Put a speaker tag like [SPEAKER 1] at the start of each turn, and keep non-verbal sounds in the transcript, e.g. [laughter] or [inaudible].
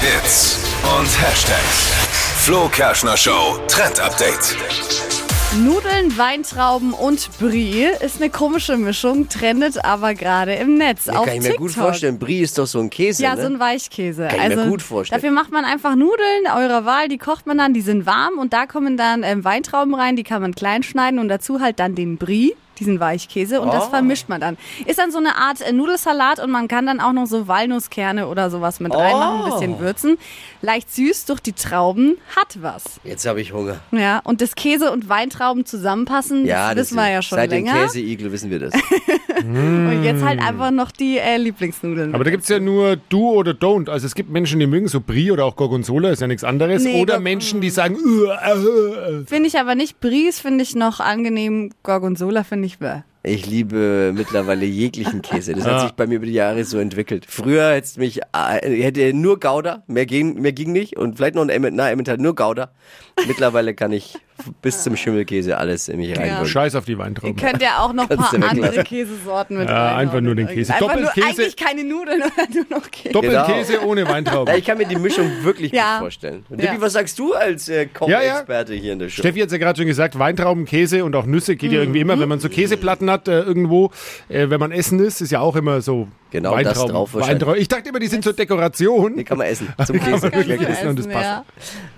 [SPEAKER 1] Hits und Hashtags. Flo Kerschner Show Trend Update.
[SPEAKER 2] Nudeln, Weintrauben und Brie ist eine komische Mischung, trendet aber gerade im Netz.
[SPEAKER 3] Ja,
[SPEAKER 2] auf
[SPEAKER 3] kann ich mir
[SPEAKER 2] TikTok.
[SPEAKER 3] gut vorstellen. Brie ist doch so ein Käse,
[SPEAKER 2] Ja,
[SPEAKER 3] ne?
[SPEAKER 2] so ein Weichkäse. Also
[SPEAKER 3] Kann ich mir gut vorstellen.
[SPEAKER 2] Dafür macht man einfach Nudeln eurer Wahl, die kocht man dann, die sind warm und da kommen dann ähm, Weintrauben rein, die kann man klein schneiden und dazu halt dann den Brie, diesen Weichkäse und das
[SPEAKER 3] Oh.
[SPEAKER 2] vermischt man dann. Ist dann so eine Art äh, Nudelsalat und man kann dann auch noch so Walnusskerne oder sowas mit reinmachen, ein
[SPEAKER 3] Oh.
[SPEAKER 2] bisschen würzen. Leicht süß durch die Trauben, hat was.
[SPEAKER 3] Jetzt habe ich Hunger.
[SPEAKER 2] Ja, und das Käse und Weintrauben zusammenpassen,
[SPEAKER 3] Ja,
[SPEAKER 2] das wissen wir ja schon
[SPEAKER 3] Seit
[SPEAKER 2] länger.
[SPEAKER 3] dem Käseigel wissen wir das. [laughs]
[SPEAKER 2] Und jetzt halt einfach noch die äh, Lieblingsnudeln.
[SPEAKER 4] Aber da gibt es ja nur Do oder Don't. Also es gibt Menschen, die mögen so Brie oder auch Gorgonzola, ist ja nichts anderes.
[SPEAKER 2] Nee,
[SPEAKER 4] oder
[SPEAKER 2] Gor-
[SPEAKER 4] Menschen,
[SPEAKER 3] Mm.
[SPEAKER 4] die sagen, "Uah, äh, äh."
[SPEAKER 2] Finde ich aber nicht. Bries finde ich noch angenehm. Gorgonzola finde ich bäh.
[SPEAKER 3] Ich liebe mittlerweile jeglichen Käse. Das
[SPEAKER 4] Ah.
[SPEAKER 3] hat sich bei mir über die Jahre so entwickelt. Früher hätte mich äh, hätte nur Gouda, mehr ging, mehr ging nicht und vielleicht noch ein Emmental, Emmental nur Gouda. Mittlerweile kann ich bis zum Schimmelkäse alles in mich reinbringen.
[SPEAKER 4] scheiß auf die
[SPEAKER 2] Ihr
[SPEAKER 4] Weintrauben.
[SPEAKER 2] könnt ja auch noch ein
[SPEAKER 3] Oh, Kannst
[SPEAKER 2] paar
[SPEAKER 3] du weglassen.
[SPEAKER 2] andere Käsesorten mit
[SPEAKER 4] Ja,
[SPEAKER 2] reinhauen.
[SPEAKER 4] einfach nur den Käse.
[SPEAKER 2] Einfach nur
[SPEAKER 4] Doppelkäse.
[SPEAKER 2] eigentlich keine Nudeln, [laughs] sondern nur noch Käse.
[SPEAKER 4] Doppelkäse
[SPEAKER 3] Genau.
[SPEAKER 4] ohne
[SPEAKER 3] [laughs] Ja,
[SPEAKER 4] Weintrauben.
[SPEAKER 3] ich kann mir die Mischung wirklich
[SPEAKER 2] Ja.
[SPEAKER 3] gut vorstellen. Und
[SPEAKER 2] Ja.
[SPEAKER 3] Dippi, was sagst du als äh,
[SPEAKER 4] Ja, ja.
[SPEAKER 3] Kochexperte hier in der Show?
[SPEAKER 4] Steffi hat ja gerade schon gesagt, Weintrauben, Käse und auch Nüsse geht ja irgendwie immer. Wenn man so Käseplatten hat äh, irgendwo, äh, wenn man essen isst, ist ja auch immer so
[SPEAKER 3] Genau das
[SPEAKER 4] Weintrauben.
[SPEAKER 3] drauf wahrscheinlich.
[SPEAKER 4] Weintrauben. Ich dachte immer, die sind zur Dekoration.
[SPEAKER 3] Die kann man
[SPEAKER 4] [laughs]
[SPEAKER 3] essen zum Käse.
[SPEAKER 4] Kann man
[SPEAKER 3] Schmeckt.
[SPEAKER 4] essen und es passt.
[SPEAKER 2] Ja.